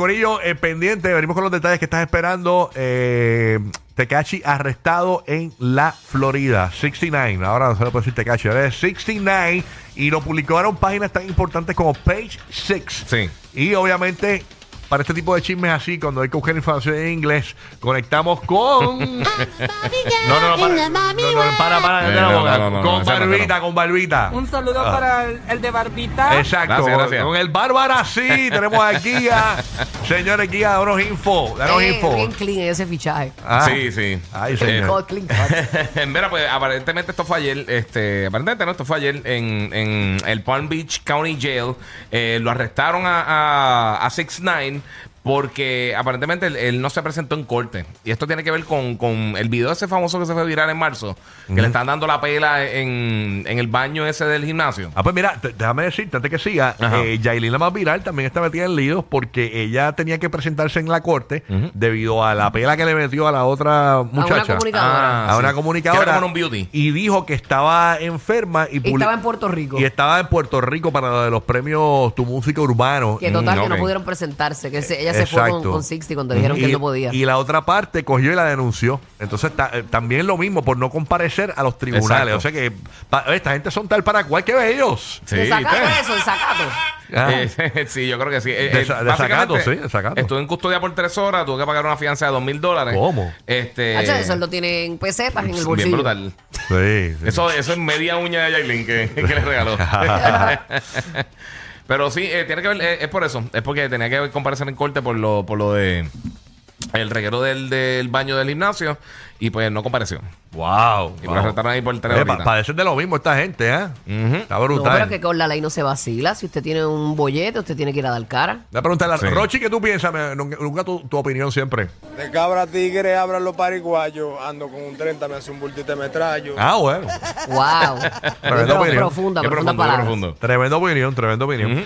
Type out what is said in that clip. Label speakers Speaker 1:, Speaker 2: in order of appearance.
Speaker 1: Corillo, eh, pendiente, venimos con los detalles que estás esperando. Eh, Tecachi arrestado en la Florida. 69. Ahora no se le puede decir Tecachi, ahora es 69. Y lo publicaron páginas tan importantes como Page 6.
Speaker 2: Sí.
Speaker 1: Y obviamente, para este tipo de chismes así, cuando hay que buscar información en inglés, conectamos con. No, no, no, para, no, no, para, para,
Speaker 2: Eh,
Speaker 1: de la
Speaker 2: no,
Speaker 1: boca.
Speaker 2: no, no, no,
Speaker 1: con
Speaker 2: no, no, no, no.
Speaker 1: barbita, con barbita.
Speaker 3: Un saludo para el, el de Barbita.
Speaker 1: Exacto,
Speaker 2: Gracias, gracias.
Speaker 1: con el Bárbara sí, tenemos aquí a señores Guía, danos info, danos
Speaker 4: Eh,
Speaker 1: info.
Speaker 4: bien clean ese fichaje. Oh,
Speaker 1: Ah,
Speaker 2: Sí, Eh, sí.
Speaker 1: Ay,
Speaker 4: Clean
Speaker 1: señor.
Speaker 4: cut, clean cut.
Speaker 2: Mira, pues aparentemente esto fue ayer, este, aparentemente no, esto fue ayer en, en el Palm Beach County Jail. Eh, lo arrestaron a, a, a 6ix9ine porque aparentemente él, él no se presentó en corte. Y esto tiene que ver con, con el video ese famoso que se fue viral en marzo, que le están dando la pela en, en el baño ese del gimnasio.
Speaker 1: Ah, pues mira, te- déjame decirte antes que siga,
Speaker 2: Ajá.
Speaker 1: eh, Yailin la más viral también está metida en líos porque ella tenía que presentarse en la corte debido a la pela que le metió a la otra muchacha.
Speaker 4: comunicadora.
Speaker 1: a una
Speaker 2: Ah, sí. Que
Speaker 1: comunicadora.
Speaker 2: era como un beauty.
Speaker 1: Y dijo que estaba enferma y,
Speaker 4: Y
Speaker 1: publi-
Speaker 4: estaba en Puerto Rico.
Speaker 1: y estaba en Puerto Rico para lo de los premios Tu Música Urbano.
Speaker 4: Que total
Speaker 2: Mm,
Speaker 4: que no
Speaker 2: ok.
Speaker 4: pudieron presentarse. Que se- ella se fue con,
Speaker 1: Exacto. Mm,
Speaker 4: con 60 cuando dijeron que
Speaker 1: y,
Speaker 4: él no podía.
Speaker 1: y la otra parte cogió y la denunció. Entonces, ta- eh, también lo mismo por no comparecer a los tribunales.
Speaker 2: Exacto.
Speaker 1: O sea que pa- esta gente son tal para cual que ellos.
Speaker 2: Sí,
Speaker 4: desacato
Speaker 2: ¿viste?
Speaker 4: eso, desacato.
Speaker 2: Eh, sí, yo creo que sí. Eh, eh,
Speaker 1: Ah. Desa- desacato,
Speaker 2: básicamente,
Speaker 1: sí, desacato.
Speaker 2: Estuve en custodia por tres horas, tuve que pagar una fianza de dos mil dólares.
Speaker 1: ¿Cómo? Eh,
Speaker 2: Este,
Speaker 4: Hacho, eso lo tienen pesetas en el
Speaker 2: bien
Speaker 4: bolsillo.
Speaker 2: brutal.
Speaker 1: Sí, sí.
Speaker 2: Eso, eso es media uña de Yailin que, que le regaló. Pero sí, eh, tiene que ver, eh, es por eso. Es porque tenía que comparecer en corte por lo, por lo de el reguero del, del baño del gimnasio y pues no compareció.
Speaker 1: Wow.
Speaker 2: Y pues lo arrestaron ahí por tres horitas.
Speaker 1: Parecen de lo mismo esta gente, ¿eh?
Speaker 2: Ujú.
Speaker 1: Está
Speaker 4: No,
Speaker 1: brutal.
Speaker 4: pero que con la ley no se vacila. Si usted tiene un bollete, usted tiene que ir a dar cara.
Speaker 1: Voy a preguntarle a
Speaker 2: Sí.
Speaker 1: Rochi, ¿qué tú piensas? Me- nunca nunca tu, tu opinión siempre.
Speaker 5: De cabra tigre abran los pariguayos, ando con un 30, me hace un bultito de metrallo.
Speaker 1: Ah, bueno.
Speaker 4: Wow.
Speaker 1: Pero es la opinión.
Speaker 4: profunda,
Speaker 2: Qué
Speaker 4: profunda
Speaker 2: profundo, qué
Speaker 4: palabra.
Speaker 2: profundo.
Speaker 1: tremenda opinión, tremenda opinión.